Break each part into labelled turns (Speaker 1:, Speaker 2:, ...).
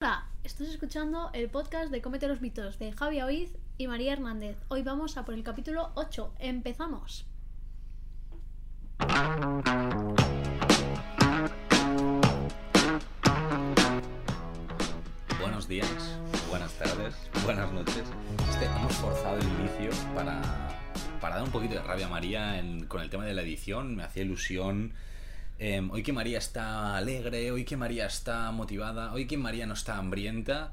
Speaker 1: Hola, estás escuchando el podcast de Comete los mitos de Javi Oiz y María Hernández. Hoy vamos a por el capítulo 8. ¡Empezamos!
Speaker 2: Buenos días, buenas tardes, buenas noches. Este, hemos forzado el inicio para, para dar un poquito de rabia a María en- con el tema de la edición. Me hacía ilusión. eh, hoy que María está alegre, hoy que María está motivada, hoy que María no está hambrienta.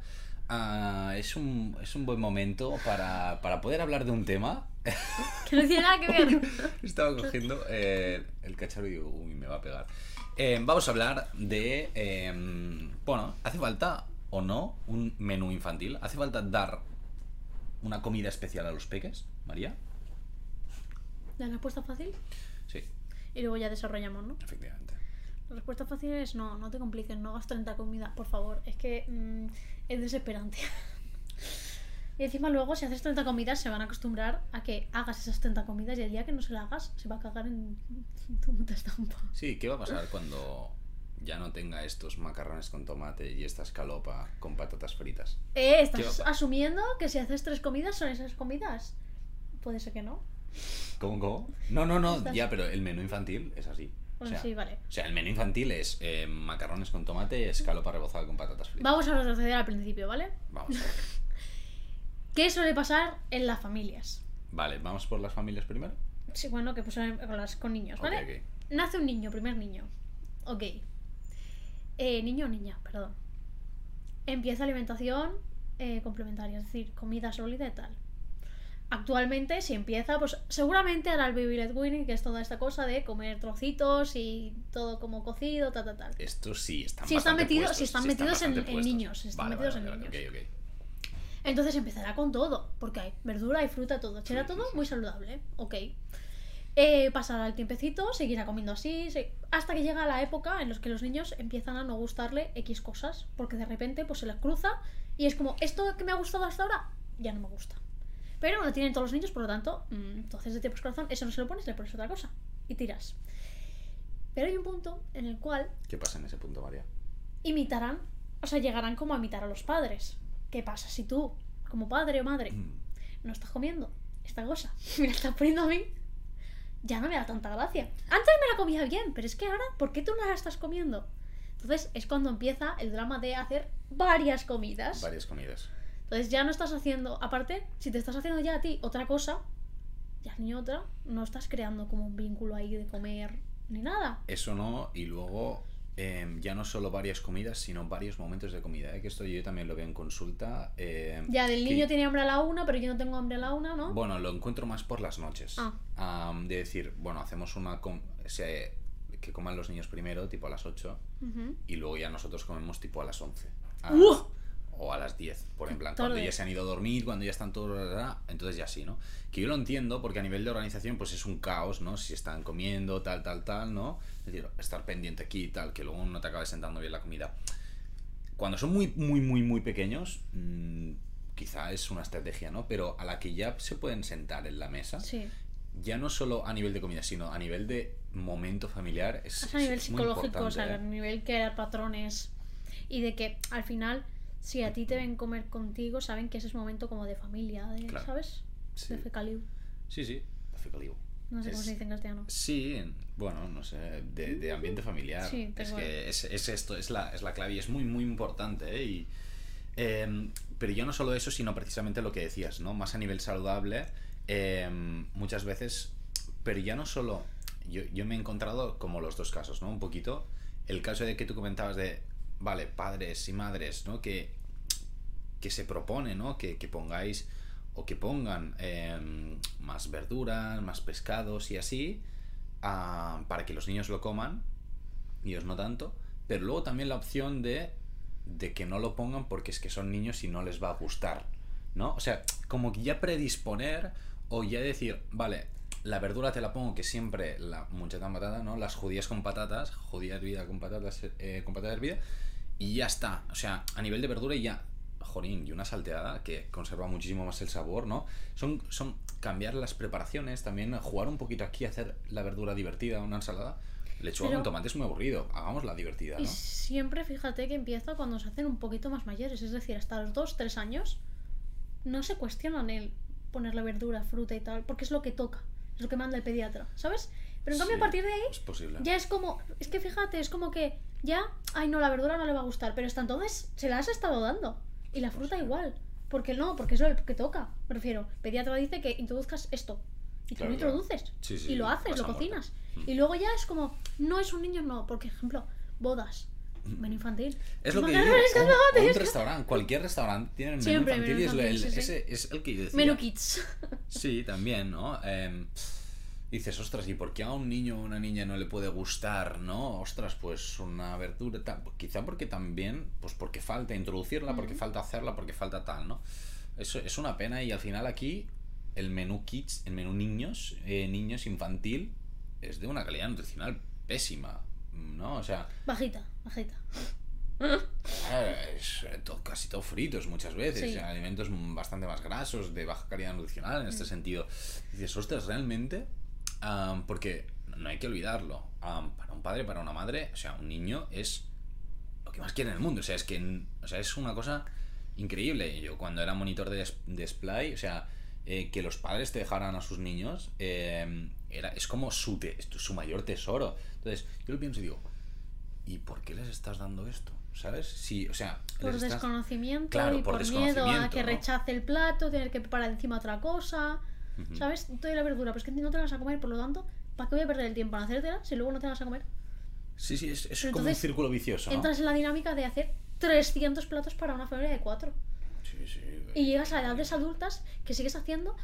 Speaker 2: ah, es, un, es un buen momento para, para poder hablar de un tema.
Speaker 1: Que no tiene nada que ver.
Speaker 2: Estaba cogiendo eh, el cacharro y digo, uy, me va a pegar. Eh, vamos a hablar de. eh, bueno, ¿hace falta o no un menú infantil? ¿Hace falta dar una comida especial a los peques, María?
Speaker 1: La respuesta fácil
Speaker 2: Sí,
Speaker 1: y luego ya desarrollamos, ¿no?
Speaker 2: efectivamente.
Speaker 1: La respuesta fácil es no, no te compliques, no hagas 30 comidas, por favor. Es que mm, es desesperante. y encima luego si haces 30 comidas se van a acostumbrar a que hagas esas 30 comidas y el día que no se las hagas se va a cagar en tu puta estampa.
Speaker 2: Sí, ¿qué va a pasar cuando ya no tenga estos macarrones con tomate y esta escalopa con patatas fritas?
Speaker 1: Eh,
Speaker 2: ¿Qué va
Speaker 1: estás
Speaker 2: a pa-
Speaker 1: asumiendo que si haces tres comidas son esas comidas. Puede ser que no.
Speaker 2: ¿Cómo, cómo? No, no, no,
Speaker 1: Estás-
Speaker 2: ya, pero el menú infantil es así. O
Speaker 1: Bueno,
Speaker 2: sea,
Speaker 1: sí, vale.
Speaker 2: o sea, el menú infantil es eh, macarrones con tomate, escalopa rebozada con patatas fritas.
Speaker 1: Vamos a retroceder al principio, ¿vale?
Speaker 2: Vamos.
Speaker 1: ¿Qué suele pasar en las familias?
Speaker 2: Vale, vamos por las familias primero.
Speaker 1: Sí, bueno, que pues en- con, las, con niños, Pues ¿vale?
Speaker 2: Ok, ok.
Speaker 1: Nace un niño, primer niño. Ok. Eh, niño o niña, perdón. Empieza alimentación eh, complementaria, es decir, comida sólida y tal. Actualmente, si empieza, pues seguramente hará el baby led weaning, que es toda esta cosa de comer trocitos y todo como cocido, tal, tal, tal.
Speaker 2: Esto sí, están
Speaker 1: Sí, están
Speaker 2: bastante
Speaker 1: metidos-
Speaker 2: puestos,
Speaker 1: sí, están metidos en-
Speaker 2: bastante
Speaker 1: en
Speaker 2: puestos.
Speaker 1: niños, están
Speaker 2: Vale,
Speaker 1: metidos
Speaker 2: vale,
Speaker 1: en
Speaker 2: vale,
Speaker 1: niños.
Speaker 2: ok, ok.
Speaker 1: Entonces empezará con todo, porque hay verdura, hay fruta, todo. Será
Speaker 2: Sí, sí,
Speaker 1: todo
Speaker 2: sí.
Speaker 1: muy saludable, ok. Eh, pasará el tiempecito, seguirá comiendo así, se- hasta que llega la época en los que los niños empiezan a no gustarle X cosas, porque de repente pues se les cruza y es como, esto que me ha gustado hasta ahora, ya no me gusta. Pero lo tienen todos los niños, por lo tanto, mm, entonces de tiempos corazón, eso no se lo pones, le pones otra cosa y tiras. Pero hay un punto en el cual
Speaker 2: ¿Qué pasa en ese punto, María?
Speaker 1: imitarán, o sea, llegarán como a imitar a los padres. ¿Qué pasa si tú, como padre o madre,
Speaker 2: Mm,
Speaker 1: no estás comiendo esta cosa, me la estás poniendo a mí, ya no me da tanta gracia. Antes me la comía bien, pero es que ahora, ¿por qué tú no la estás comiendo? Entonces es cuando empieza el drama de hacer varias comidas.
Speaker 2: Varias comidas.
Speaker 1: Entonces ya no estás haciendo, aparte, si te estás haciendo ya a ti otra cosa, ya ni otra, no estás creando como un vínculo ahí de comer ni nada.
Speaker 2: Eso no, y luego eh, ya no solo varias comidas, sino varios momentos de comida. ¿eh? Que esto yo también lo veo en consulta. eh,
Speaker 1: Ya del
Speaker 2: que-
Speaker 1: niño tiene hambre a la una, pero yo no tengo hambre a la una, ¿no?
Speaker 2: Bueno, lo encuentro más por las noches.
Speaker 1: Ah.
Speaker 2: Am, de decir, bueno, hacemos una... com- o sea, eh, que coman los niños primero, tipo a las 8,
Speaker 1: Ujú.
Speaker 2: y luego ya nosotros comemos tipo a las 11. a-
Speaker 1: ¡Uah!
Speaker 2: O a las 10, por en plan,
Speaker 1: ¡Uh! Tarde.
Speaker 2: cuando ya se han ido a dormir, cuando ya están todos, ra, ra, ra, entonces ya sí, ¿no? Que yo lo entiendo porque a nivel de organización pues es un caos, ¿no? Si están comiendo, tal, tal, tal, ¿no? Es decir, estar pendiente aquí, tal, que luego no te acabe sentando bien la comida. Cuando son muy, muy, muy, muy pequeños, mm, quizá es una estrategia, ¿no? Pero a la que ya se pueden sentar en la mesa,
Speaker 1: Sí.
Speaker 2: ya no solo a nivel de comida, sino a nivel de momento familiar, es,
Speaker 1: Es a nivel
Speaker 2: es muy
Speaker 1: psicológico, o sea,
Speaker 2: importante,
Speaker 1: a
Speaker 2: ¿eh?
Speaker 1: nivel que crear patrones y de que al final, si a ti te ven comer contigo, saben que ese es momento como de familia, de,
Speaker 2: Claro.
Speaker 1: ¿sabes?
Speaker 2: Sí.
Speaker 1: De fecaliu.
Speaker 2: Sí, sí. Fecaliu.
Speaker 1: No sé cómo
Speaker 2: Es-
Speaker 1: se dice en castellano.
Speaker 2: Sí, en- bueno, no sé, de, de ambiente familiar.
Speaker 1: Sí, tal
Speaker 2: es
Speaker 1: cual.
Speaker 2: que es, es esto, es la, es la clave y es muy, muy importante. ¿eh? Y, em, pero ya no solo eso, sino precisamente lo que decías, ¿no? Más a nivel saludable, em, muchas veces, pero ya no solo, yo, yo me he encontrado como los dos casos, ¿no? Un poquito, el caso de que tú comentabas de, vale, padres y madres, ¿no? Que, que se propone, ¿no? Que, que pongáis o que pongan em, más verduras, más pescados y así, ah, para que los niños lo coman, y ellos no tanto, pero luego también la opción de, de que no lo pongan porque es que son niños y no les va a gustar, ¿no? O sea, como que ya predisponer o ya decir, vale, la verdura te la pongo que siempre la mucheta con patata, ¿no? Las judías con patatas, judía hervida con patatas, eh, con patata hervida, y ya está. O sea, a nivel de verdura y ya. Jorín, y una salteada que conserva muchísimo más el sabor, ¿no? Son, son cambiar las preparaciones, también jugar un poquito aquí, hacer la verdura divertida, una ensalada. Lechuga
Speaker 1: Pero-
Speaker 2: con tomate es muy aburrido. Hagámosla divertida,
Speaker 1: Y
Speaker 2: ¿no?
Speaker 1: siempre fíjate que empieza cuando se hacen un poquito más mayores, es decir, hasta los 2, 3 años no se cuestionan el ponerle verdura, fruta y tal, porque es lo que toca, es lo que manda el pediatra, ¿sabes? Pero en cambio a
Speaker 2: Sí,
Speaker 1: partir de ahí
Speaker 2: Es posible.
Speaker 1: ya es como, es que fíjate, es como que ya, ay no, la verdura no le va a gustar, pero hasta entonces se la has estado dando y la fruta igual, porque no, porque es lo que toca, me refiero, pediatra dice que introduzcas esto y tú
Speaker 2: Claro,
Speaker 1: lo
Speaker 2: claro.
Speaker 1: introduces
Speaker 2: Sí, sí,
Speaker 1: y lo haces,
Speaker 2: vas
Speaker 1: lo
Speaker 2: a muerte.
Speaker 1: cocinas.
Speaker 2: Mm.
Speaker 1: Y luego ya es como, no es un niño, no, porque ejemplo, bodas,
Speaker 2: Mm.
Speaker 1: menú infantil.
Speaker 2: Es lo que yo
Speaker 1: Menú
Speaker 2: digo.
Speaker 1: infantil,
Speaker 2: Un,
Speaker 1: es que-
Speaker 2: un restaurante, cualquier restaurante tiene menú
Speaker 1: Siempre
Speaker 2: infantil
Speaker 1: menú
Speaker 2: y es, lo- el-
Speaker 1: infantil, sí, sí.
Speaker 2: ese es el que yo decía.
Speaker 1: Menú kids.
Speaker 2: Sí, también, ¿no? Em, dices, ostras, ¿y por qué a un niño o una niña no le puede gustar, no? Ostras, pues una verdura, tal. Pues Quizá porque también, pues porque falta introducirla, porque
Speaker 1: Ujú.
Speaker 2: falta hacerla, porque falta tal, ¿no? Eso es una pena y al final aquí el menú kids, el menú niños, eh, niños infantil, es de una calidad nutricional pésima, ¿no? O sea,
Speaker 1: Bajita, bajita.
Speaker 2: eh, es to- casi todo fritos muchas veces,
Speaker 1: Sí.
Speaker 2: alimentos m- bastante más grasos, de baja calidad nutricional en este sentido. Dices, ostras, realmente, Am, porque no hay que olvidarlo, am, para un padre, para una madre, o sea, un niño es lo que más quiere en el mundo, o sea, es que n- o sea, es una cosa increíble. Yo cuando era monitor de, des- de Splay, o sea, eh, que los padres te dejaran a sus niños, eh, era, es como su, te- es tu- su mayor tesoro. Entonces, yo lo pienso y digo, ¿y por qué les estás dando esto? ¿Sabes? Sí, o sea,
Speaker 1: Por
Speaker 2: les estás-
Speaker 1: desconocimiento
Speaker 2: Claro,
Speaker 1: y
Speaker 2: por
Speaker 1: por, miedo a
Speaker 2: desconocimiento,
Speaker 1: que
Speaker 2: ¿no?
Speaker 1: rechace el plato, tener que preparar encima otra cosa.
Speaker 2: Ujú.
Speaker 1: ¿Sabes? Toda la verdura, pero es que no te la vas a comer, por lo tanto, ¿para qué voy a perder el tiempo en hacértela si luego no te la vas a comer?
Speaker 2: Sí, sí, es, es
Speaker 1: Pero
Speaker 2: como un
Speaker 1: entonces
Speaker 2: círculo vicioso. ¿no?
Speaker 1: Entras en la dinámica de hacer 300 platos para una familia de 4.
Speaker 2: Sí, sí,
Speaker 1: Y llegas a edades adultas que sigues haciendo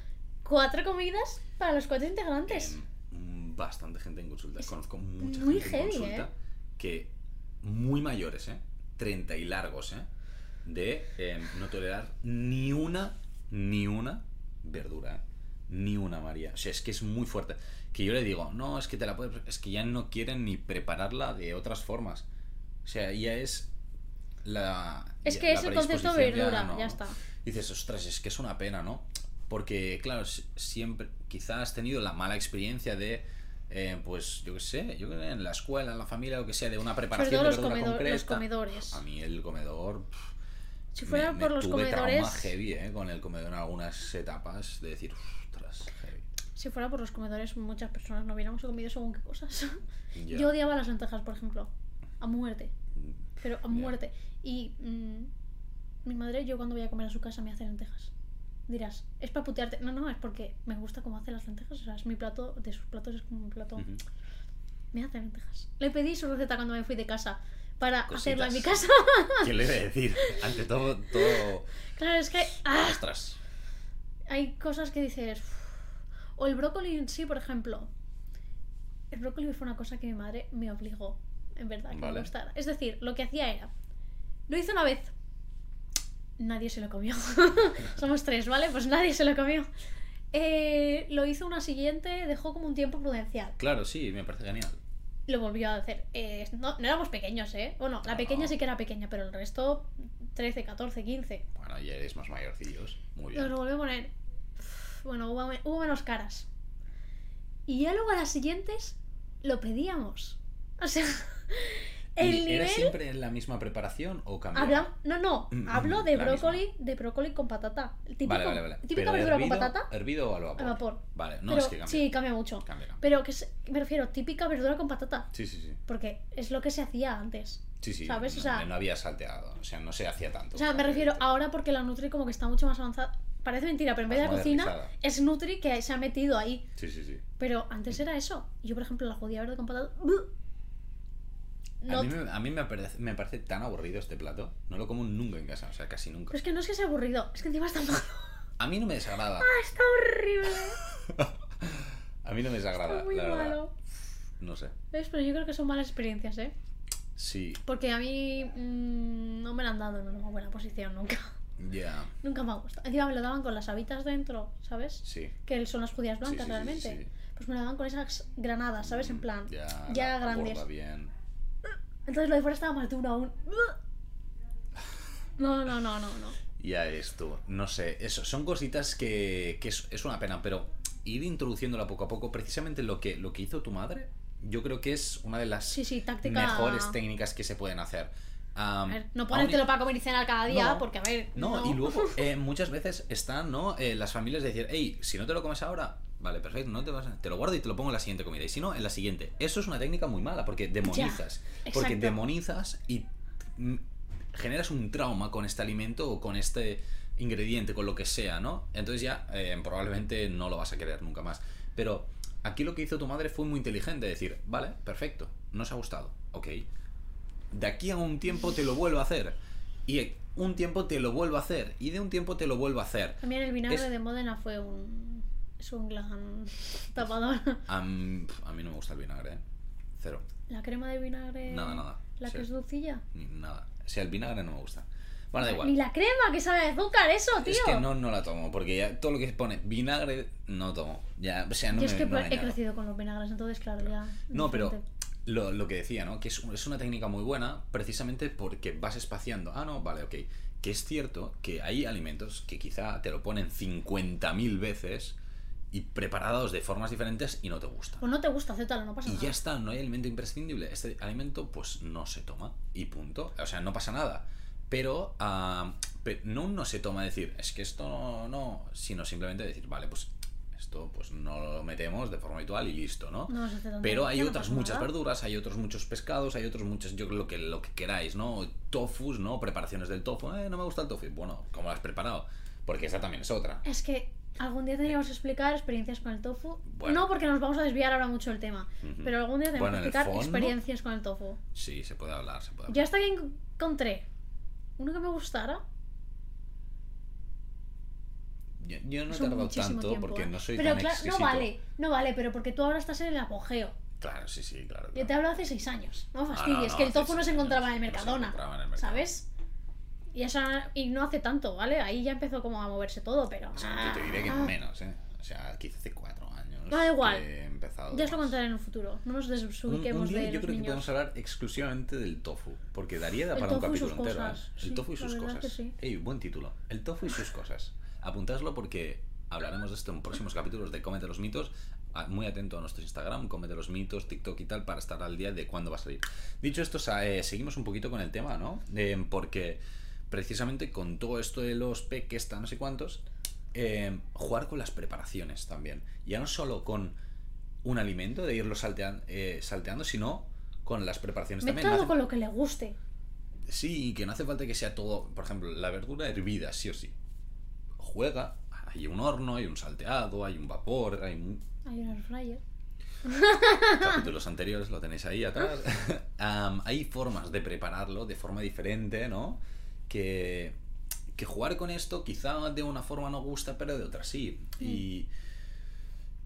Speaker 1: cuatro comidas para los cuatro integrantes.
Speaker 2: Em, bastante gente en consulta.
Speaker 1: Es
Speaker 2: Conozco mucha
Speaker 1: muy
Speaker 2: gente en
Speaker 1: heavy,
Speaker 2: consulta
Speaker 1: ¿eh?
Speaker 2: que muy mayores, ¿eh? 30 y largos, ¿eh? De em, no tolerar ni una, ni una verdura. ¿eh? Ni una María. O sea, es que es muy fuerte. Que yo le digo, no, es que te la puedes. Es que ya no quieren ni prepararla de otras formas. O sea, ya es la.
Speaker 1: Es
Speaker 2: ya-
Speaker 1: que
Speaker 2: la
Speaker 1: es el concepto de
Speaker 2: predisposición
Speaker 1: verdura,
Speaker 2: no-
Speaker 1: ya está.
Speaker 2: dices, ostras, es que es una pena, ¿no? Porque, claro, si- siempre, quizás has tenido la mala experiencia de, eh, pues, yo qué sé, yo qué sé, en la escuela, en la familia, lo que sea, de una
Speaker 1: Sobre
Speaker 2: preparación
Speaker 1: todo
Speaker 2: de
Speaker 1: los,
Speaker 2: verdura
Speaker 1: comedor- los
Speaker 2: concreta.
Speaker 1: comedores.
Speaker 2: A mí el comedor... pff,
Speaker 1: Si fuera
Speaker 2: Ah, me-
Speaker 1: por
Speaker 2: me
Speaker 1: los
Speaker 2: tuve trauma
Speaker 1: comedores,
Speaker 2: heavy, ¿eh? Con el comedor en algunas etapas de decir, ostras, heavy.
Speaker 1: si fuera por los comedores, muchas personas no hubiéramos comido según qué cosas.
Speaker 2: Ya.
Speaker 1: Yo odiaba las lentejas, por ejemplo, a muerte, pero a
Speaker 2: Ya.
Speaker 1: muerte. Y mm, mi madre, yo cuando voy a comer a su casa me hace lentejas. Dirás, es para putearte. No, no, es porque me gusta cómo hace las lentejas. O sea, es mi plato, de sus platos es como un plato.
Speaker 2: Ujú.
Speaker 1: Me hace lentejas. Le pedí su receta cuando me fui de casa para
Speaker 2: Cositas.
Speaker 1: hacerla en mi casa. "Ah".
Speaker 2: ¿Qué le iba a decir? Ante todo, todo...
Speaker 1: claro, es que ¡ah!
Speaker 2: Ostras.
Speaker 1: hay cosas que dices. "Uf". O el brócoli en sí, por ejemplo. El brócoli fue una cosa que mi madre me obligó, en verdad, que
Speaker 2: Vale.
Speaker 1: me gustara. Es decir, lo que hacía era. Lo hizo una vez. Nadie se lo comió. Somos tres, ¿vale? Pues nadie se lo comió. Eh, lo hizo una siguiente, dejó como un tiempo prudencial.
Speaker 2: Claro, sí, me parece genial.
Speaker 1: lo volvió a hacer. Eh, no, no éramos pequeños, ¿eh? Bueno, la
Speaker 2: No.
Speaker 1: pequeña sí que era pequeña, pero el resto, 13, 14, 15.
Speaker 2: Bueno, ya eres más mayorcillos. Muy bien.
Speaker 1: Nos lo volvió a poner. Uf, Bueno, hubo, me- hubo menos caras. Y ya luego a las siguientes lo pedíamos. O sea, el
Speaker 2: ¿Y ¿Era
Speaker 1: nivel.
Speaker 2: siempre en la misma preparación o cambiaba?
Speaker 1: Habla... No, no,
Speaker 2: Mm,
Speaker 1: hablo
Speaker 2: mm,
Speaker 1: de
Speaker 2: la
Speaker 1: brócoli, de brócoli con patata. El Típico,
Speaker 2: vale, vale, vale.
Speaker 1: Típica
Speaker 2: Pero
Speaker 1: verdura
Speaker 2: hervido,
Speaker 1: con patata.
Speaker 2: ¿Hervido o al vapor?
Speaker 1: Al vapor.
Speaker 2: Vale, no,
Speaker 1: pero,
Speaker 2: es que cambia.
Speaker 1: sí, cambia mucho.
Speaker 2: Cambia, cambia.
Speaker 1: Pero que es- me refiero, típica verdura con patata.
Speaker 2: Sí, sí, sí.
Speaker 1: Porque es lo que se hacía antes.
Speaker 2: Sí, sí.
Speaker 1: ¿Sabes?
Speaker 2: No,
Speaker 1: O sea-
Speaker 2: no había salteado. O sea, no se hacía tanto.
Speaker 1: O sea, me refiero ahora porque la Nutri como que está mucho más avanzada. Parece mentira, pero en vez de
Speaker 2: Más
Speaker 1: la cocina
Speaker 2: modernizada.
Speaker 1: es Nutri que se ha metido ahí.
Speaker 2: Sí, sí, sí.
Speaker 1: Pero antes era eso. Yo, por ejemplo, la judía verde con patata... ¡buh! No,
Speaker 2: A mí, me, a mí me, parece, me parece tan aburrido este plato. No lo como nunca en casa. O sea, casi nunca.
Speaker 1: pero es que no es que sea aburrido, es que encima está malo.
Speaker 2: A mí no me desagrada.
Speaker 1: Está horrible.
Speaker 2: A mí no me desagrada.
Speaker 1: Está muy
Speaker 2: la verdad.
Speaker 1: malo.
Speaker 2: No sé.
Speaker 1: ¿Ves? Pero yo creo que son malas experiencias, ¿eh?
Speaker 2: Sí.
Speaker 1: Porque a mí mm, no me la han dado en una buena posición nunca.
Speaker 2: Ya.
Speaker 1: Nunca me ha gustado. Encima me lo daban con las habitas dentro, ¿sabes?
Speaker 2: Sí.
Speaker 1: Que son las judías
Speaker 2: Sí, sí,
Speaker 1: blancas
Speaker 2: sí, sí,
Speaker 1: realmente.
Speaker 2: sí. Mm,
Speaker 1: Pues me lo daban con esas granadas, ¿sabes? En plan,
Speaker 2: Ya,
Speaker 1: ya
Speaker 2: la
Speaker 1: grandes.
Speaker 2: aborda bien.
Speaker 1: Entonces lo de fuera estaba más duro aún. No, no, no, no, no.
Speaker 2: Ya esto, no sé, eso, son cositas que, que es, es una pena, pero ir introduciéndola poco a poco, precisamente lo que, lo que hizo tu madre, yo creo que es una de las
Speaker 1: Sí, sí, táctica.
Speaker 2: mejores técnicas que se pueden hacer. Am,
Speaker 1: A ver, no
Speaker 2: aún-
Speaker 1: ponértelo para comer y cenar cada día,
Speaker 2: No.
Speaker 1: porque a ver.
Speaker 2: No, y luego eh, muchas veces están ¿no? Eh, las familias de decir, hey, si no te lo comes ahora, vale, perfecto, no te, vas a- te lo guardo y te lo pongo en la siguiente comida. Y si no, en la siguiente. Eso es una técnica muy mala porque demonizas. porque
Speaker 1: exacto.
Speaker 2: demonizas y mm, generas un trauma con este alimento o con este ingrediente, con lo que sea, ¿no? Entonces ya eh, probablemente no lo vas a querer nunca más. Pero aquí lo que hizo tu madre fue muy inteligente, decir, vale, perfecto, nos ha gustado, ok de aquí a un tiempo te lo vuelvo a hacer. Y eh, un tiempo te lo vuelvo a hacer. Y de un tiempo te lo vuelvo a hacer.
Speaker 1: También el vinagre
Speaker 2: es-
Speaker 1: de Módena fue un. Es un gran tapador.
Speaker 2: A mí, pf, a mí no me gusta el vinagre, ¿eh? Cero.
Speaker 1: La crema de vinagre.
Speaker 2: Nada, nada.
Speaker 1: La
Speaker 2: Sí.
Speaker 1: que es dulcilla.
Speaker 2: Ni nada. O sea, el vinagre no me gusta. Bueno, da
Speaker 1: Ni
Speaker 2: igual.
Speaker 1: la crema que sabe a azúcar, eso, tío.
Speaker 2: Es que no, no la tomo, porque ya todo lo que pone vinagre no tomo. Ya, o sea, no
Speaker 1: Yo es
Speaker 2: me-
Speaker 1: que
Speaker 2: no me
Speaker 1: he
Speaker 2: añado.
Speaker 1: crecido con los vinagres, entonces, claro, ya.
Speaker 2: No, pero
Speaker 1: diferente.
Speaker 2: lo, lo que decía, ¿no? Que es, un- es una técnica muy buena precisamente porque vas espaciando. Ah, no, vale, ok. Que es cierto que hay alimentos que quizá te lo ponen 50.000 veces y preparados de formas diferentes y no te gusta.
Speaker 1: Pues no te gusta, acéptalo, no pasa
Speaker 2: Y
Speaker 1: nada.
Speaker 2: ya está, no hay alimento imprescindible. Este alimento pues no se toma y punto. O sea, no pasa nada. Pero ah, pe- no un no se toma decir, es que esto no, no", sino simplemente decir, vale, pues esto pues no lo metemos de forma habitual y listo, ¿no?
Speaker 1: No nos hace tanto
Speaker 2: Pero
Speaker 1: daño,
Speaker 2: hay
Speaker 1: no
Speaker 2: otras
Speaker 1: pasa
Speaker 2: muchas
Speaker 1: nada.
Speaker 2: verduras, hay otros muchos pescados, hay otros muchos, yo creo lo que lo que queráis, ¿no? Tofus, ¿no? Preparaciones del tofu. Eh, no me gusta el tofu. Bueno, ¿cómo lo has preparado? Porque esa también es otra.
Speaker 1: Es que algún día tendríamos que explicar experiencias con el tofu.
Speaker 2: Bueno.
Speaker 1: No, porque nos vamos a desviar ahora mucho el tema.
Speaker 2: Ujú.
Speaker 1: Eh, Pero algún día tenemos
Speaker 2: Bueno, en
Speaker 1: que
Speaker 2: el
Speaker 1: explicar
Speaker 2: fondo-
Speaker 1: experiencias con el tofu.
Speaker 2: Sí, se puede hablar, se puede hablar.
Speaker 1: Yo hasta que encontré uno que me gustara.
Speaker 2: Yo, yo no he
Speaker 1: Eso
Speaker 2: tardado
Speaker 1: muchísimo
Speaker 2: tanto
Speaker 1: tiempo,
Speaker 2: porque
Speaker 1: ¿eh?
Speaker 2: no soy
Speaker 1: pero
Speaker 2: tan
Speaker 1: claro,
Speaker 2: exquisito.
Speaker 1: No vale, no vale, pero porque tú ahora estás en el apogeo.
Speaker 2: Claro, sí, sí, claro.
Speaker 1: Yo
Speaker 2: claro.
Speaker 1: te hablo hace seis años. No me fastidies,
Speaker 2: Ah, no, no,
Speaker 1: que el
Speaker 2: hace
Speaker 1: tofu no se
Speaker 2: seis
Speaker 1: encontraba en
Speaker 2: años,
Speaker 1: el
Speaker 2: no se
Speaker 1: Mercadona.
Speaker 2: encontraba en el Mercadona.
Speaker 1: ¿Sabes? Y, eso, y no hace tanto, ¿vale? Ahí ya empezó como a moverse todo, pero.
Speaker 2: O sea, yo te diré que
Speaker 1: ah,
Speaker 2: menos, ¿eh? O sea, quizá hace cuatro años.
Speaker 1: Da igual.
Speaker 2: que He empezado
Speaker 1: Ya os lo
Speaker 2: más.
Speaker 1: contaré en un futuro. No nos
Speaker 2: Un,
Speaker 1: desubiquemos
Speaker 2: un día
Speaker 1: de
Speaker 2: yo
Speaker 1: los
Speaker 2: creo que
Speaker 1: niños.
Speaker 2: podemos hablar exclusivamente del tofu, porque daría
Speaker 1: El
Speaker 2: para un
Speaker 1: tofu y sus
Speaker 2: capítulo entero. ¿eh?
Speaker 1: cosas.
Speaker 2: El
Speaker 1: Sí,
Speaker 2: tofu y
Speaker 1: la
Speaker 2: sus
Speaker 1: verdad es
Speaker 2: cosas.
Speaker 1: que sí.
Speaker 2: Ey, buen título. El tofu y sus cosas. Apuntadlo porque hablaremos de esto en próximos capítulos de Cómete los mitos. Ah, Muy atento a nuestro Instagram, Cómete los mitos, TikTok y tal, para estar al día de cuándo va a salir. Dicho esto, sa- eh, seguimos un poquito con el tema, ¿no? Eh, porque precisamente con todo esto de los peques, tan no sé cuántos, eh, jugar con las preparaciones también. Ya no solo con un alimento, de irlo saltean- eh, salteando, sino con las preparaciones también. No
Speaker 1: Mezclado
Speaker 2: hace-
Speaker 1: con lo que le guste.
Speaker 2: Sí, y que no hace falta que sea todo, por ejemplo, la verdura hervida, sí o sí. Juega, hay un horno, hay un salteado, hay un vapor, hay un...
Speaker 1: Hay un air fryer.
Speaker 2: capítulos anteriores, lo tenéis ahí atrás. Am, hay formas de prepararlo de forma diferente, ¿no? Que, que jugar con esto quizá de una forma no gusta, pero de otra sí. Y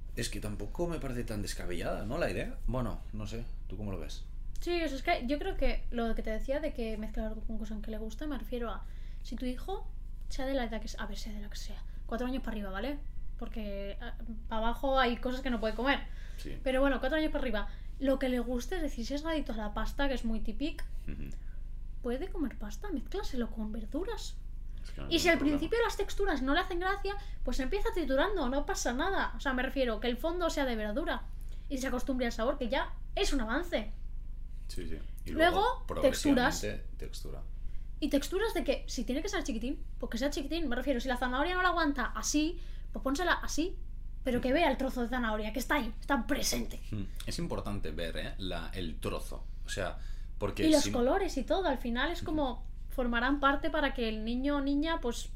Speaker 1: Mm.
Speaker 2: es que tampoco me parece tan descabellada, ¿no? La idea. Bueno, no sé, ¿tú cómo lo ves?
Speaker 1: Sí, o sea, es que yo creo que lo que te decía de que mezclar algo con cosas que le gusta, me refiero a si tu hijo sea de la edad que sea, a ver, sea de la que sea, cuatro años para arriba, ¿vale? Porque para abajo hay cosas que no puede comer.
Speaker 2: Sí.
Speaker 1: Pero bueno, cuatro años para arriba, lo que le guste, es decir, si es adicto a la pasta, que es muy típico,
Speaker 2: Ujú.
Speaker 1: puede comer pasta, mezcláselo con verduras.
Speaker 2: Es que no
Speaker 1: Y si
Speaker 2: tengo
Speaker 1: al
Speaker 2: problema.
Speaker 1: principio las texturas no le hacen gracia, pues empieza triturando, no pasa nada. O sea, me refiero que el fondo sea de verdura y se acostumbre al sabor, que ya es un avance.
Speaker 2: Sí, sí. Y
Speaker 1: Luego, texturas.
Speaker 2: progresivamente, Textura.
Speaker 1: Y texturas de que si tiene que ser chiquitín, porque sea chiquitín, me refiero, si la zanahoria no la aguanta así, pues pónsela así, pero que vea el trozo de zanahoria, que está ahí, está presente.
Speaker 2: Mm, Es importante ver ¿eh? la, el trozo. O sea, porque...
Speaker 1: Y los
Speaker 2: si-
Speaker 1: colores y todo, al final es como formarán parte para que el niño o niña pues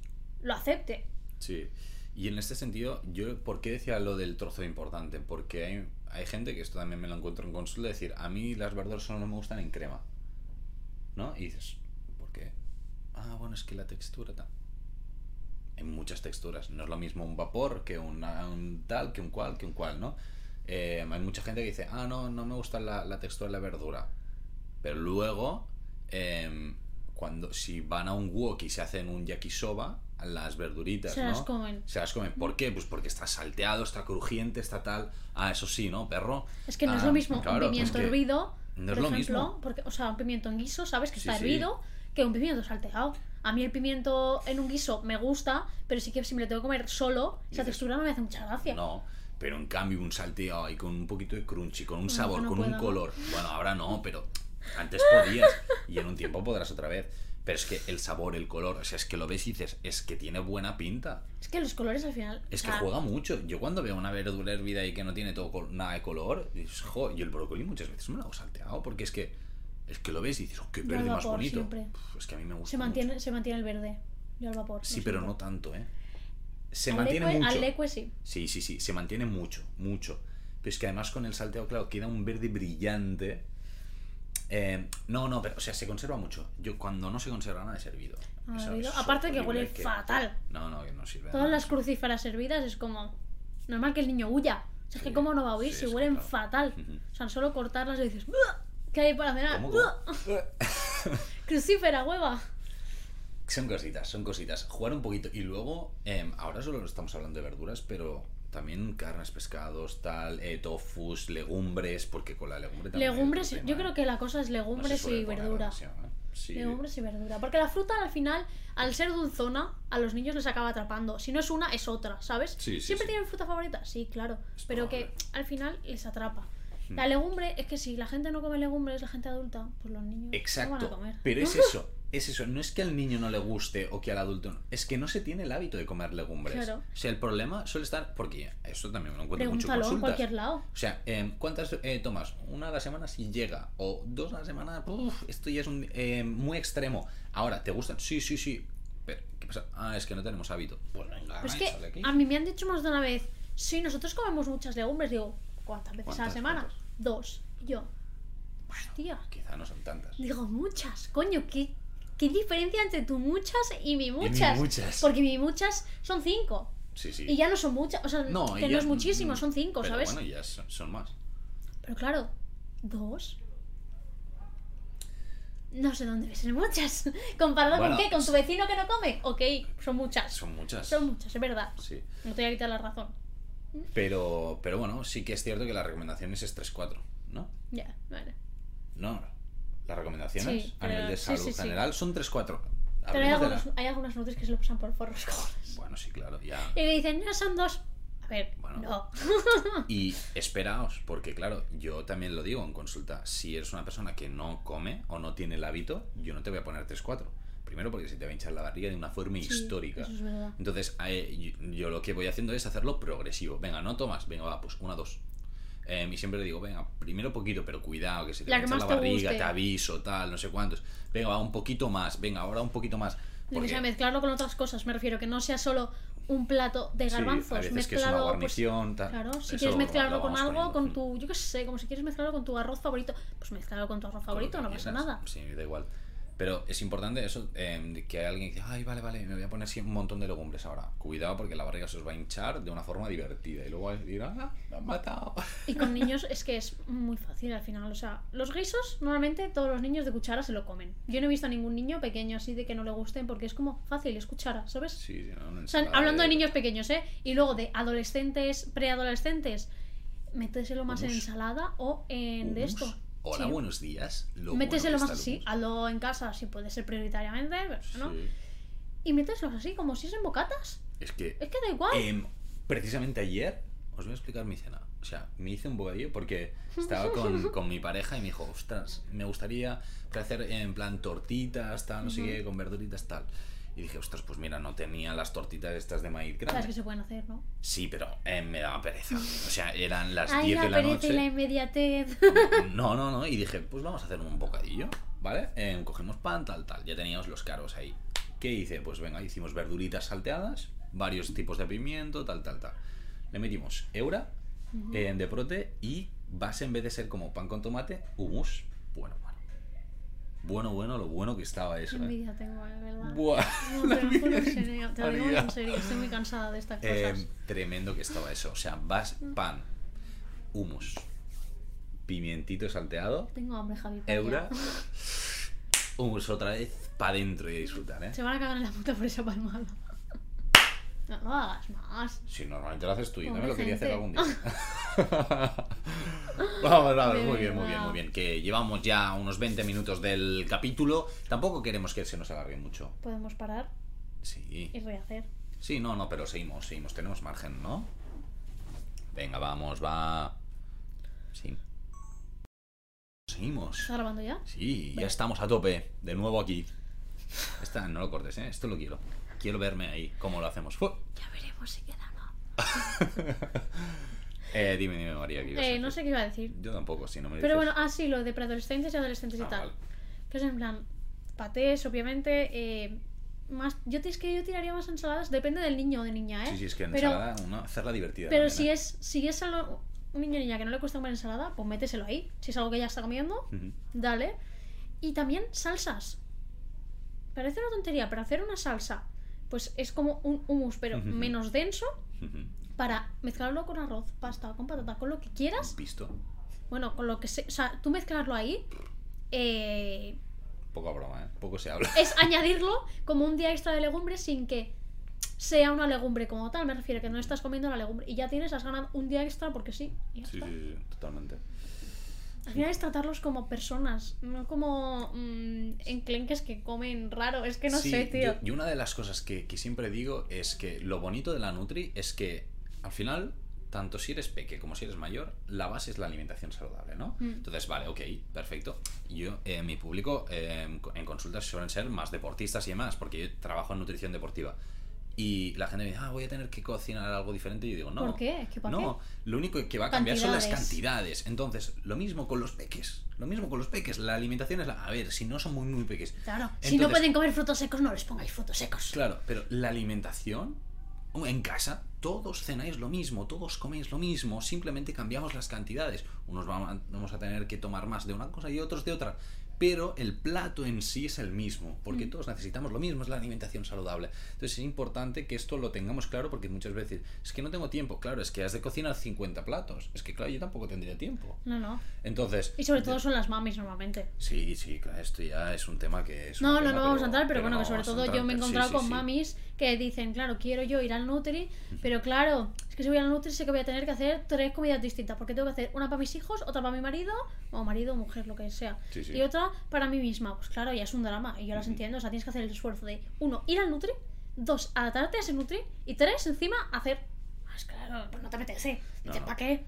Speaker 1: lo acepte.
Speaker 2: Sí. Y en este sentido, yo, ¿por qué decía lo del trozo importante? Porque hay, hay gente que esto también me lo encuentro en consulta, decir, a mí las verduras solo no me gustan en crema. ¿No? Y dices, ¿por qué? Ah, bueno, es que la textura tal. Hay muchas texturas. No es lo mismo un vapor que una- un tal, que un cual, que un cual, ¿no? Eh, hay mucha gente que dice, ah, no, no me gusta la, la textura de la verdura. Pero luego, em, cuando si van a un wok y se hacen un yakisoba, las verduritas,
Speaker 1: Se
Speaker 2: ¿no?
Speaker 1: las comen.
Speaker 2: Se las comen. ¿Por qué? Pues porque está salteado, está crujiente, está tal. Ah, eso sí, ¿no, perro?
Speaker 1: Es que no es
Speaker 2: Ah,
Speaker 1: lo mismo
Speaker 2: claro,
Speaker 1: un pimiento
Speaker 2: es que
Speaker 1: hervido,
Speaker 2: no es
Speaker 1: por
Speaker 2: lo
Speaker 1: ejemplo,
Speaker 2: mismo.
Speaker 1: porque, o sea, un pimiento en guiso, sabes que
Speaker 2: Sí,
Speaker 1: está
Speaker 2: sí.
Speaker 1: hervido, que un pimiento salteado. A mí el pimiento en un guiso me gusta, pero sí que si me lo tengo que comer solo, esa
Speaker 2: Dices,
Speaker 1: textura no me hace mucha gracia.
Speaker 2: No. Pero en cambio, un salteado ahí con un poquito de crunchy, con un
Speaker 1: No,
Speaker 2: sabor,
Speaker 1: no
Speaker 2: con un
Speaker 1: puedo.
Speaker 2: color. Bueno, ahora no, pero antes podías. Y en un tiempo podrás otra vez. Pero es que el sabor, el color, o sea, es que lo ves y dices, es que tiene buena pinta.
Speaker 1: Es que los colores al final.
Speaker 2: Es
Speaker 1: o
Speaker 2: que
Speaker 1: sea,
Speaker 2: juega mucho. Yo cuando veo una verdura hervida y que no tiene todo col- nada de color, dices, jo, yo el brócoli muchas veces me lo hago salteado porque es que es que lo ves y dices, oh, qué
Speaker 1: Yo al
Speaker 2: verde más
Speaker 1: vapor
Speaker 2: bonito.
Speaker 1: siempre.
Speaker 2: Pf, es que a mí me gusta.
Speaker 1: Se
Speaker 2: mucho.
Speaker 1: mantiene, se mantiene el verde. Yo al vapor.
Speaker 2: Sí,
Speaker 1: lo
Speaker 2: pero
Speaker 1: siento.
Speaker 2: no tanto, ¿eh? Se
Speaker 1: Al
Speaker 2: mantiene
Speaker 1: lecue-
Speaker 2: mucho.
Speaker 1: Al lecue sí.
Speaker 2: Sí, sí, sí, se mantiene mucho, mucho. Pero es que además con el salteado, claro, queda un verde brillante. Eh, no, no, pero, o sea, se conserva mucho. Yo cuando no se conserva nada es hervido.
Speaker 1: Ah,
Speaker 2: Eso
Speaker 1: hervido.
Speaker 2: es
Speaker 1: Aparte que
Speaker 2: horrible
Speaker 1: huele fatal.
Speaker 2: No, no, que no sirve. de
Speaker 1: Todas
Speaker 2: nada.
Speaker 1: las crucíferas hervidas es como. Normal que el niño huya. O sea, es
Speaker 2: Sí,
Speaker 1: que cómo no va a huir
Speaker 2: sí,
Speaker 1: si
Speaker 2: es que
Speaker 1: huelen
Speaker 2: claro.
Speaker 1: fatal.
Speaker 2: Ujú.
Speaker 1: O sea, solo cortarlas y dices. "Buah, ¿Qué hay para cenar?
Speaker 2: ¿Cómo,
Speaker 1: Buah,
Speaker 2: cómo?
Speaker 1: Crucífera, hueva.
Speaker 2: Son cositas, son cositas. Jugar un poquito. Y luego, em, ahora solo estamos hablando de verduras, pero también carnes, pescados, tal, eh, tofus, legumbres, porque con la legumbre también. hay
Speaker 1: Legumbres,
Speaker 2: otro tema,
Speaker 1: yo
Speaker 2: ¿eh?
Speaker 1: creo que la cosa es
Speaker 2: No se
Speaker 1: legumbres
Speaker 2: suele
Speaker 1: y
Speaker 2: poner
Speaker 1: verdura.
Speaker 2: demasiado, ¿eh? Sí.
Speaker 1: Legumbres y verdura. Porque la fruta al final, al ser dulzona, a los niños les acaba atrapando. Si no es una, es otra, ¿sabes?
Speaker 2: Sí, sí,
Speaker 1: ¿Siempre
Speaker 2: sí.
Speaker 1: tienen fruta favorita? Sí, claro.
Speaker 2: Es
Speaker 1: pero
Speaker 2: probable.
Speaker 1: que al final les atrapa.
Speaker 2: Hmm.
Speaker 1: La legumbre es que si la gente no come legumbres, la gente adulta, pues los niños no van a
Speaker 2: Exacto.
Speaker 1: comer.
Speaker 2: Pero es eso, es eso. No es que al niño no le guste o que al adulto no. Es que no se tiene el hábito de comer legumbres.
Speaker 1: Claro.
Speaker 2: O sea, el problema suele estar. Porque esto también lo encuentro mucho en
Speaker 1: Pregúntalo en
Speaker 2: consultas.
Speaker 1: cualquier lado.
Speaker 2: O sea, em, ¿cuántas eh, tomas? Una a la semana si llega. O dos a la semana. Uf, esto ya es un, em, muy extremo. Ahora, ¿te gustan? Sí, sí, sí. Pero, ¿qué pasa? Ah, es que no tenemos hábito. Pues venga,
Speaker 1: Pero es
Speaker 2: échale
Speaker 1: que
Speaker 2: aquí.
Speaker 1: a mí me han dicho más de una vez, si nosotros comemos muchas legumbres, digo, ¿cuántas veces a la
Speaker 2: ¿Cuántas,
Speaker 1: semana?
Speaker 2: cuántas?
Speaker 1: Dos. Y yo, hostia.
Speaker 2: Quizá no son tantas.
Speaker 1: Digo, muchas, coño, ¿qué, qué diferencia entre tu muchas y mi muchas?
Speaker 2: muchas.
Speaker 1: Porque mi muchas son cinco.
Speaker 2: Sí, sí.
Speaker 1: Y ya no son muchas, o sea,
Speaker 2: No,
Speaker 1: que
Speaker 2: y ya- mm,
Speaker 1: no es muchísimo, son cinco,
Speaker 2: Pero
Speaker 1: ¿sabes?
Speaker 2: Bueno, ya son, son más.
Speaker 1: Pero claro, dos. No sé dónde ves muchas. ¿Comparado
Speaker 2: Bueno,
Speaker 1: con qué? ¿Con
Speaker 2: es-
Speaker 1: tu vecino que no come? Ok, son muchas.
Speaker 2: Son muchas.
Speaker 1: Son muchas, es verdad.
Speaker 2: Sí.
Speaker 1: No te voy a quitar la razón.
Speaker 2: Pero, pero bueno, sí que es cierto que la recomendación es 3-4, ¿no?
Speaker 1: Ya, vale.
Speaker 2: No, las recomendaciones
Speaker 1: Sí,
Speaker 2: a
Speaker 1: pero-
Speaker 2: nivel de
Speaker 1: sí,
Speaker 2: salud
Speaker 1: sí, sí.
Speaker 2: general son 3-4.
Speaker 1: Pero hay
Speaker 2: Hablemos de la-
Speaker 1: algunos, hay algunas nutris que se lo pasan por forros cojones.
Speaker 2: Bueno, sí, claro, ya.
Speaker 1: Y me dicen, no, son dos. A ver,
Speaker 2: Bueno.
Speaker 1: no.
Speaker 2: Y esperaos, porque claro, yo también lo digo en consulta, si eres una persona que no come o no tiene el hábito, yo no te voy a poner 3-4. Primero porque se te va a hinchar la barriga de una forma
Speaker 1: Sí,
Speaker 2: histórica.
Speaker 1: Eso es verdad.
Speaker 2: Entonces, eh, yo, yo lo que voy haciendo es hacerlo progresivo. Venga, no tomas, venga, va, pues una, dos. Eh, y siempre le digo, venga, primero poquito, pero cuidado, que se te
Speaker 1: La
Speaker 2: va a
Speaker 1: que
Speaker 2: hinchar
Speaker 1: más
Speaker 2: la
Speaker 1: te
Speaker 2: barriga,
Speaker 1: guste.
Speaker 2: te aviso, tal, no sé cuántos. Venga, va, un poquito más, venga, ahora un poquito más.
Speaker 1: Lo que
Speaker 2: Porque-
Speaker 1: sea, mezclarlo con otras cosas, me refiero, que no sea solo un plato de
Speaker 2: sí,
Speaker 1: garbanzos,
Speaker 2: a veces que es una
Speaker 1: mezclado pues,
Speaker 2: guarnición, tal.
Speaker 1: claro, si
Speaker 2: Ah, Eso
Speaker 1: quieres
Speaker 2: lo-
Speaker 1: mezclarlo
Speaker 2: lo
Speaker 1: con
Speaker 2: vamos
Speaker 1: algo,
Speaker 2: poniendo.
Speaker 1: con
Speaker 2: Mm.
Speaker 1: tu, yo qué sé, como si quieres mezclarlo con tu arroz favorito, pues mezclarlo con tu arroz
Speaker 2: Con lo
Speaker 1: favorito,
Speaker 2: que
Speaker 1: no pasa
Speaker 2: quieras.
Speaker 1: nada.
Speaker 2: Sí, da igual. Pero es importante eso, eh, que alguien dice, ay, vale, vale, me voy a poner sí, un montón de legumbres ahora. Cuidado porque la barriga se os va a hinchar de una forma divertida. Y luego vais a decir, ah, me han matado.
Speaker 1: Y con niños es que es muy fácil al final, o sea, los guisos normalmente todos los niños de cuchara se lo comen. Yo no he visto a ningún niño pequeño así de que no le gusten porque es como fácil, es cuchara, ¿sabes?
Speaker 2: Sí, sí, no, una
Speaker 1: O sea,
Speaker 2: ensalada
Speaker 1: hablando de niños pequeños, ¿eh? Y luego de adolescentes, preadolescentes, méteselo más en
Speaker 2: Hummus.
Speaker 1: ensalada o en de
Speaker 2: hummus.
Speaker 1: esto.
Speaker 2: Hola,
Speaker 1: Sí.
Speaker 2: buenos días. Lo
Speaker 1: méteselo
Speaker 2: bueno
Speaker 1: más
Speaker 2: que
Speaker 1: así,
Speaker 2: está el
Speaker 1: hazlo en casa si puede ser prioritariamente, pero
Speaker 2: hummus.
Speaker 1: ¿no?
Speaker 2: Sí.
Speaker 1: Y méteselos así, como si es en bocatas.
Speaker 2: Es que
Speaker 1: Es que da igual.
Speaker 2: Em, precisamente ayer os voy a explicar mi cena. O sea, me hice un bocadillo porque estaba con, con mi pareja y me dijo, ostras, me gustaría hacer en plan tortitas, tal, no sé qué, con verduritas, tal. Y dije, ostras, pues mira, no tenía las tortitas estas de maíz
Speaker 1: Sabes que
Speaker 2: grande.
Speaker 1: se pueden hacer, ¿no?
Speaker 2: Sí, pero em, me daba pereza. O sea, eran las
Speaker 1: Ay,
Speaker 2: 10
Speaker 1: la
Speaker 2: de la
Speaker 1: pereza y la
Speaker 2: noche.
Speaker 1: inmediatez.
Speaker 2: No, no, no. Y dije, pues vamos a hacer un bocadillo, ¿vale? Em, cogemos pan, tal, tal. Ya teníamos los caros ahí. ¿Qué hice? Pues venga, hicimos verduritas salteadas, varios tipos de pimiento, tal, tal, tal. Le metimos eura em, de prote y base en vez de ser como pan con tomate, hummus. Bueno, bueno. Bueno, bueno, lo bueno que estaba eso. ¿eh?
Speaker 1: Envidia tengo, de verdad.
Speaker 2: Buah.
Speaker 1: No, te lo juro en serio, te lo digo
Speaker 2: María.
Speaker 1: en serio, estoy muy cansada de estas
Speaker 2: Eh,
Speaker 1: cosas. Mm.
Speaker 2: tremendo que estaba eso. O sea, vas pan, hummus, pimientito salteado
Speaker 1: tengo hambre, Javi. para
Speaker 2: Eura.
Speaker 1: allá.
Speaker 2: Humus otra vez para dentro y a disfrutar, ¿eh?
Speaker 1: Se van a cagar en la puta por esa palmada. No lo hagas más.
Speaker 2: Si normalmente lo haces tú, yo no me
Speaker 1: Pobre
Speaker 2: lo quería hacer
Speaker 1: gente.
Speaker 2: algún día. vamos, vamos,
Speaker 1: De
Speaker 2: muy bien, muy bien,
Speaker 1: verdad.
Speaker 2: muy bien. Que llevamos ya unos 20 minutos del capítulo. Tampoco queremos que se nos alargue mucho.
Speaker 1: Podemos parar
Speaker 2: Sí.
Speaker 1: y rehacer.
Speaker 2: Sí, no, no, pero seguimos, seguimos. Tenemos margen, ¿no? Venga, vamos, va. Sí. Seguimos.
Speaker 1: ¿Está grabando ya?
Speaker 2: Sí, ya
Speaker 1: Vale.
Speaker 2: estamos a tope. De nuevo aquí. Esta no lo cortes, ¿eh? Esto lo quiero. Quiero verme ahí. ¿Cómo lo hacemos? Fu-
Speaker 1: Ya veremos si queda o no.
Speaker 2: Eh, dime, dime, María. ¿qué ibas a
Speaker 1: Eh, no
Speaker 2: decir?
Speaker 1: sé qué iba a decir.
Speaker 2: Yo tampoco, si no me
Speaker 1: Pero
Speaker 2: dices.
Speaker 1: bueno, así lo de preadolescentes y adolescentes y
Speaker 2: Ah,
Speaker 1: tal.
Speaker 2: vale.
Speaker 1: Que es en plan, patés, obviamente. eh, más, yo te- es que yo tiraría más ensaladas, depende del niño o de niña, ¿eh?
Speaker 2: Sí, sí, es que en
Speaker 1: pero,
Speaker 2: ensalada, una, hacerla divertida.
Speaker 1: Pero
Speaker 2: también,
Speaker 1: si
Speaker 2: ¿eh?
Speaker 1: es, si es algo- un niño o niña que no le cuesta comer ensalada, pues méteselo ahí. Si es algo que ya está comiendo,
Speaker 2: ¿eh? Ujú.
Speaker 1: Dale. Y también salsas. Parece una tontería, pero hacer una salsa, pues es como un humus, pero
Speaker 2: Ujú.
Speaker 1: menos denso,
Speaker 2: Ujú.
Speaker 1: para mezclarlo con arroz, pasta, con patata, con lo que quieras.
Speaker 2: Visto.
Speaker 1: Bueno, con lo que sea. O sea, tú mezclarlo ahí. eh,
Speaker 2: Poca broma, ¿eh? Poco se habla.
Speaker 1: es añadirlo como un día extra de legumbre sin que sea una legumbre como tal. Me refiero a que no estás comiendo la legumbre y ya tienes, has ganado un día extra porque sí. y ya
Speaker 2: Sí, sí,
Speaker 1: está.
Speaker 2: sí, sí, totalmente.
Speaker 1: Al final es tratarlos como personas, no como mm, enclenques que comen raro. Es que no
Speaker 2: Sí,
Speaker 1: sé, tío.
Speaker 2: yo- Y una de las cosas que, que siempre digo es que lo bonito de la Nutri es que al final, tanto si eres peque como si eres mayor, la base es la alimentación saludable, ¿no?
Speaker 1: Mm.
Speaker 2: Entonces, vale, ok, perfecto. Yo, eh, mi público eh, en consultas suelen ser más deportistas y demás, porque yo trabajo en nutrición deportiva. Y la gente me dice, ah, voy a tener que cocinar algo diferente. Y yo digo, no.
Speaker 1: ¿Por qué? ¿Qué para
Speaker 2: No, lo único que va a cambiar son las
Speaker 1: Cantidades.
Speaker 2: cantidades. Entonces, lo mismo con los peques. Lo mismo con los peques. La alimentación es la. A ver, si no son muy, muy peques.
Speaker 1: Claro. si
Speaker 2: Entonces-
Speaker 1: no pueden comer frutos secos, no les pongáis frutos secos.
Speaker 2: Pues Claro, pero la alimentación en casa, todos cenáis lo mismo, todos coméis lo mismo, simplemente cambiamos las cantidades. Unos vamos a- vamos a tener que tomar más de una cosa y otros de otra, pero el plato en sí es el mismo, porque
Speaker 1: Mm.
Speaker 2: todos necesitamos lo mismo, es la alimentación saludable. Entonces es importante que esto lo tengamos claro porque muchas veces es que no tengo tiempo, claro, es que has de cocinar 50 platos, es que claro, yo tampoco tendría tiempo.
Speaker 1: No, no.
Speaker 2: Entonces,
Speaker 1: Y sobre todo son las mamis normalmente.
Speaker 2: Sí, sí, claro, esto ya es un tema que es un
Speaker 1: No, no,
Speaker 2: tema,
Speaker 1: no vamos a
Speaker 2: pero-
Speaker 1: entrar, pero, bueno,
Speaker 2: no
Speaker 1: que sobre
Speaker 2: vamos a
Speaker 1: todo
Speaker 2: entrar,
Speaker 1: yo me he
Speaker 2: pero sí,
Speaker 1: encontrado
Speaker 2: sí,
Speaker 1: con
Speaker 2: sí. Mm.
Speaker 1: mamis que dicen, claro, quiero yo ir al Nutri, pero claro, es que si voy al Nutri sé que voy a tener que hacer tres comidas distintas, porque tengo que hacer una para mis hijos, otra para mi marido, o marido, mujer, lo que sea,
Speaker 2: Sí, sí.
Speaker 1: y otra para mí misma. Pues claro, ya es un drama, y yo las
Speaker 2: Ujú.
Speaker 1: entiendo, o sea, tienes que hacer el esfuerzo de, uno, ir al Nutri, dos, adaptarte a ese Nutri, y tres, encima, hacer... Ah, es claro, pues no te apetece,
Speaker 2: No, no.
Speaker 1: ¿para qué?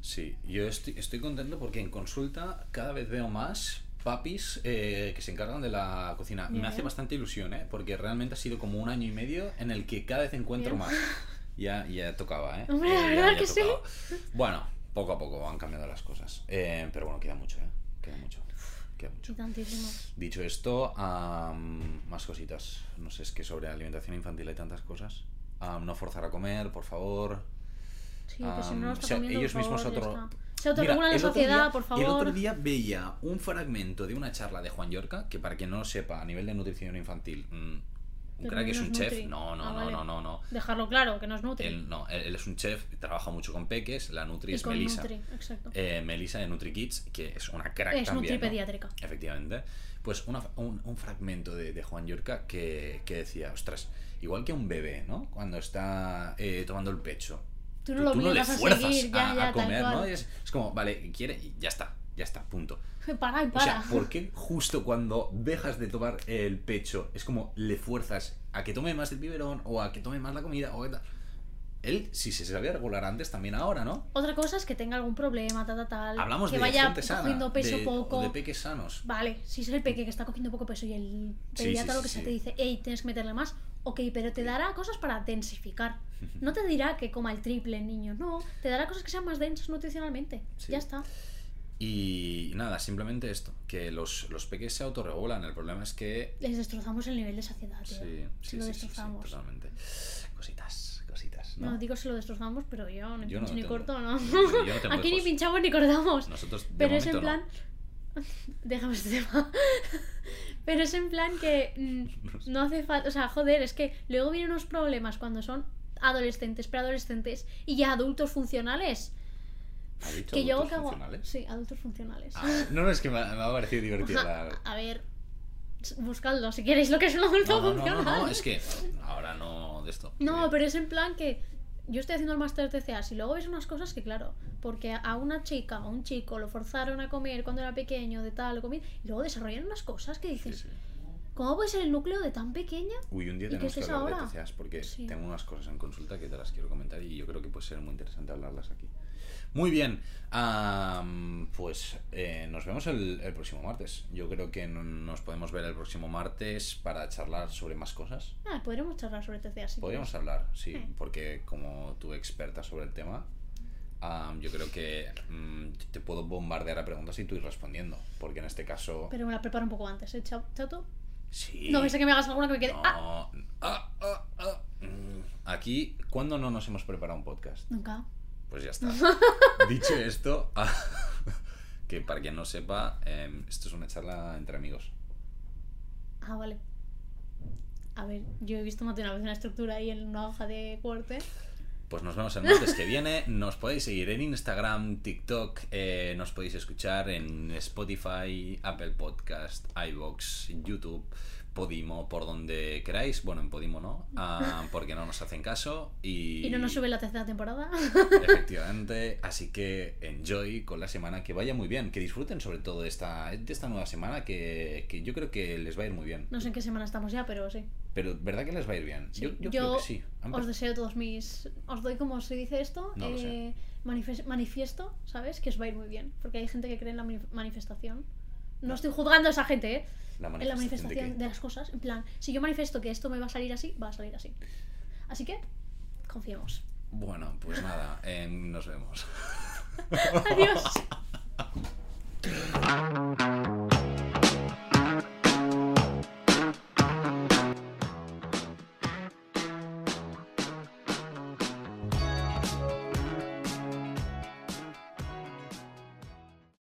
Speaker 2: Sí, yo estoy, estoy contento porque en consulta cada vez veo más papis eh, que se encargan de la cocina.
Speaker 1: Bien.
Speaker 2: Me hace bastante ilusión, ¿eh? Porque realmente ha sido como un año y medio en el que cada vez encuentro
Speaker 1: Bien.
Speaker 2: más. Ya, ya tocaba, ¿eh?
Speaker 1: Hombre, la
Speaker 2: Eh, ya-
Speaker 1: verdad
Speaker 2: ya
Speaker 1: que sí.
Speaker 2: Bueno, poco a poco van cambiando las cosas. Eh, pero bueno, queda mucho, ¿eh? Queda mucho. Queda mucho.
Speaker 1: Sí, tantísimo.
Speaker 2: Dicho esto, am, más cositas. No sé, es que sobre alimentación infantil hay tantas cosas. Am, no forzar a comer, por favor.
Speaker 1: Sí, que si no lo
Speaker 2: Am,
Speaker 1: está
Speaker 2: se-
Speaker 1: comiendo,
Speaker 2: ellos
Speaker 1: por
Speaker 2: mismos
Speaker 1: favor, ya
Speaker 2: otro-
Speaker 1: está. Se autorregula
Speaker 2: Mira,
Speaker 1: la
Speaker 2: el otro
Speaker 1: sociedad,
Speaker 2: día-
Speaker 1: por
Speaker 2: El
Speaker 1: favor.
Speaker 2: otro día veía un fragmento de una charla de Juan Yorca, que para quien no lo sepa, a nivel de nutrición infantil, mm, un
Speaker 1: Pero
Speaker 2: crack
Speaker 1: no
Speaker 2: es
Speaker 1: es
Speaker 2: un chef.
Speaker 1: nutri.
Speaker 2: No, no,
Speaker 1: Ah,
Speaker 2: no,
Speaker 1: vale.
Speaker 2: no, no, no.
Speaker 1: Dejarlo claro, que no es Nutri.
Speaker 2: Él, no, él, él es un chef, trabaja mucho con peques, la Nutri
Speaker 1: y
Speaker 2: es
Speaker 1: con
Speaker 2: Melissa.
Speaker 1: Nutri, exacto.
Speaker 2: Eh, Melissa de NutriKids, que es una crack
Speaker 1: es
Speaker 2: también.
Speaker 1: Nutri
Speaker 2: ¿no?
Speaker 1: pediátrica.
Speaker 2: Efectivamente. Pues una- un, un fragmento de, de Juan Yorca que, que decía, ostras, igual que un bebé, ¿no? Cuando está eh, tomando el pecho.
Speaker 1: Tú
Speaker 2: Tú,
Speaker 1: no lo
Speaker 2: tú no le
Speaker 1: obligas a
Speaker 2: fuerzas
Speaker 1: seguir, ya,
Speaker 2: a, a
Speaker 1: ya,
Speaker 2: comer,
Speaker 1: tal
Speaker 2: ¿no?
Speaker 1: cual.
Speaker 2: Es, es como, vale, quiere y ya está, ya está, punto.
Speaker 1: Para y
Speaker 2: O
Speaker 1: para.
Speaker 2: sea, pues, ¿por qué justo cuando dejas de tomar el pecho es como le fuerzas a que tome más el biberón o a que tome más la comida o qué tal? Él, si se sabía regular antes, también ahora, ¿no?
Speaker 1: Otra cosa es que tenga algún problema, tal, tal, tal.
Speaker 2: Hablamos
Speaker 1: que
Speaker 2: de
Speaker 1: vaya
Speaker 2: gente sana,
Speaker 1: cogiendo peso
Speaker 2: de,
Speaker 1: poco.
Speaker 2: de peques sanos.
Speaker 1: Vale, si es el peque que está cogiendo poco peso y el
Speaker 2: Sí,
Speaker 1: pediatra
Speaker 2: sí,
Speaker 1: lo que
Speaker 2: sí,
Speaker 1: sea
Speaker 2: sí.
Speaker 1: te dice, hey, tienes que meterle más. Ok, pero te dará cosas para densificar. No te dirá que coma el triple el niño, no. Te dará cosas que sean más densas nutricionalmente.
Speaker 2: Sí.
Speaker 1: Ya está.
Speaker 2: Y nada, simplemente esto, que los, los peques se autorregulan, el problema es que...
Speaker 1: Les destrozamos el nivel de saciedad, tío.
Speaker 2: Sí,
Speaker 1: Si
Speaker 2: sí,
Speaker 1: lo
Speaker 2: sí, sí, sí,
Speaker 1: destrozamos.
Speaker 2: totalmente. Cositas, cositas.
Speaker 1: No,
Speaker 2: No,
Speaker 1: digo si lo destrozamos, pero yo ni
Speaker 2: Yo
Speaker 1: pincho
Speaker 2: no lo
Speaker 1: ni
Speaker 2: tengo.
Speaker 1: corto, ¿no?
Speaker 2: Yo- yo no tengo
Speaker 1: Aquí ni
Speaker 2: hijos.
Speaker 1: pinchamos ni cortamos.
Speaker 2: Nosotros... de
Speaker 1: pero es en
Speaker 2: momento no.
Speaker 1: plan. Déjame este tema. pero es en plan que mm, no hace falta. O sea, joder, es que luego vienen unos problemas cuando son adolescentes, preadolescentes y ya adultos funcionales.
Speaker 2: ¿Ha dicho
Speaker 1: Que yo
Speaker 2: adultos
Speaker 1: que hago.
Speaker 2: funcionales?
Speaker 1: Sí, adultos funcionales.
Speaker 2: Ah, no, no, es que me ha, me ha parecido divertida
Speaker 1: Ajá,
Speaker 2: la-
Speaker 1: a, a ver, s- buscadlo si queréis lo que es un adulto
Speaker 2: No, no, no, no,
Speaker 1: funcional.
Speaker 2: no, es que ahora no de esto.
Speaker 1: No,
Speaker 2: Eh,
Speaker 1: pero es en plan que yo estoy haciendo el máster TCA y luego ves unas cosas que, claro, porque a una chica o un chico lo forzaron a comer cuando era pequeño, de tal, comida, y luego desarrollan unas cosas que
Speaker 2: sí,
Speaker 1: dices,
Speaker 2: sí.
Speaker 1: ¿Cómo puede ser el núcleo de tan pequeña?
Speaker 2: Uy, un día
Speaker 1: ¿Y qué
Speaker 2: tenemos que
Speaker 1: es
Speaker 2: hablar
Speaker 1: ahora?
Speaker 2: de TCAs porque
Speaker 1: Sí.
Speaker 2: tengo unas cosas en consulta que te las quiero comentar y yo creo que puede ser muy interesante hablarlas aquí. Muy bien, am, pues eh, nos vemos el, el próximo martes. Yo creo que no- nos podemos ver el próximo martes para charlar sobre más cosas.
Speaker 1: Ah, podríamos charlar sobre TCA. si
Speaker 2: Podríamos
Speaker 1: quieres.
Speaker 2: hablar, sí,
Speaker 1: Sí.
Speaker 2: porque como tú experta sobre el tema, am, yo creo que mm, te puedo bombardear a preguntas y tú ir respondiendo, porque en este caso...
Speaker 1: Pero me la preparo un poco antes, ¿eh, chao- chato?
Speaker 2: sí.
Speaker 1: No, pensé que me hagas alguna que me quede.
Speaker 2: No.
Speaker 1: ¡Ah!
Speaker 2: Ah, ah, ah. Mm. Aquí, ¿cuándo no nos hemos preparado un podcast?
Speaker 1: Nunca.
Speaker 2: Pues ya está. Dicho esto, ah, que para quien no sepa, em, esto es una charla entre amigos.
Speaker 1: Ah, vale. A ver, yo he visto más de una vez una estructura ahí en una hoja de ¿eh? corte.
Speaker 2: Pues nos vemos el martes que viene. Nos podéis seguir en Instagram, TikTok, eh, nos podéis escuchar en Spotify, Apple Podcast, iBox, YouTube, Podimo, por donde queráis. Bueno, en Podimo no, ah, porque no nos hacen caso. Y,
Speaker 1: Y no nos sube la tercera temporada.
Speaker 2: Efectivamente, así que enjoy con la semana, que vaya muy bien, que disfruten sobre todo de esta, de esta nueva semana, que, que yo creo que les va a ir muy bien.
Speaker 1: No sé en qué semana estamos ya, pero sí.
Speaker 2: Pero ¿verdad que les va a ir bien?
Speaker 1: Sí,
Speaker 2: Yo, yo
Speaker 1: yo
Speaker 2: creo que sí. Han
Speaker 1: Os
Speaker 2: pe-
Speaker 1: deseo todos mis. Os doy como se dice esto.
Speaker 2: No lo sé.
Speaker 1: eh, manifes- manifiesto, ¿sabes? Que os va a ir muy bien. Porque hay gente que cree en la manif- manifestación. No estoy juzgando a esa gente, ¿eh?
Speaker 2: la
Speaker 1: En la
Speaker 2: manifestación de
Speaker 1: manifestación de,
Speaker 2: que-
Speaker 1: las cosas. En plan, si yo manifiesto que esto me va a salir así, va a salir así. Así que, confiemos.
Speaker 2: Bueno, pues nada, em, nos vemos.
Speaker 1: Adiós.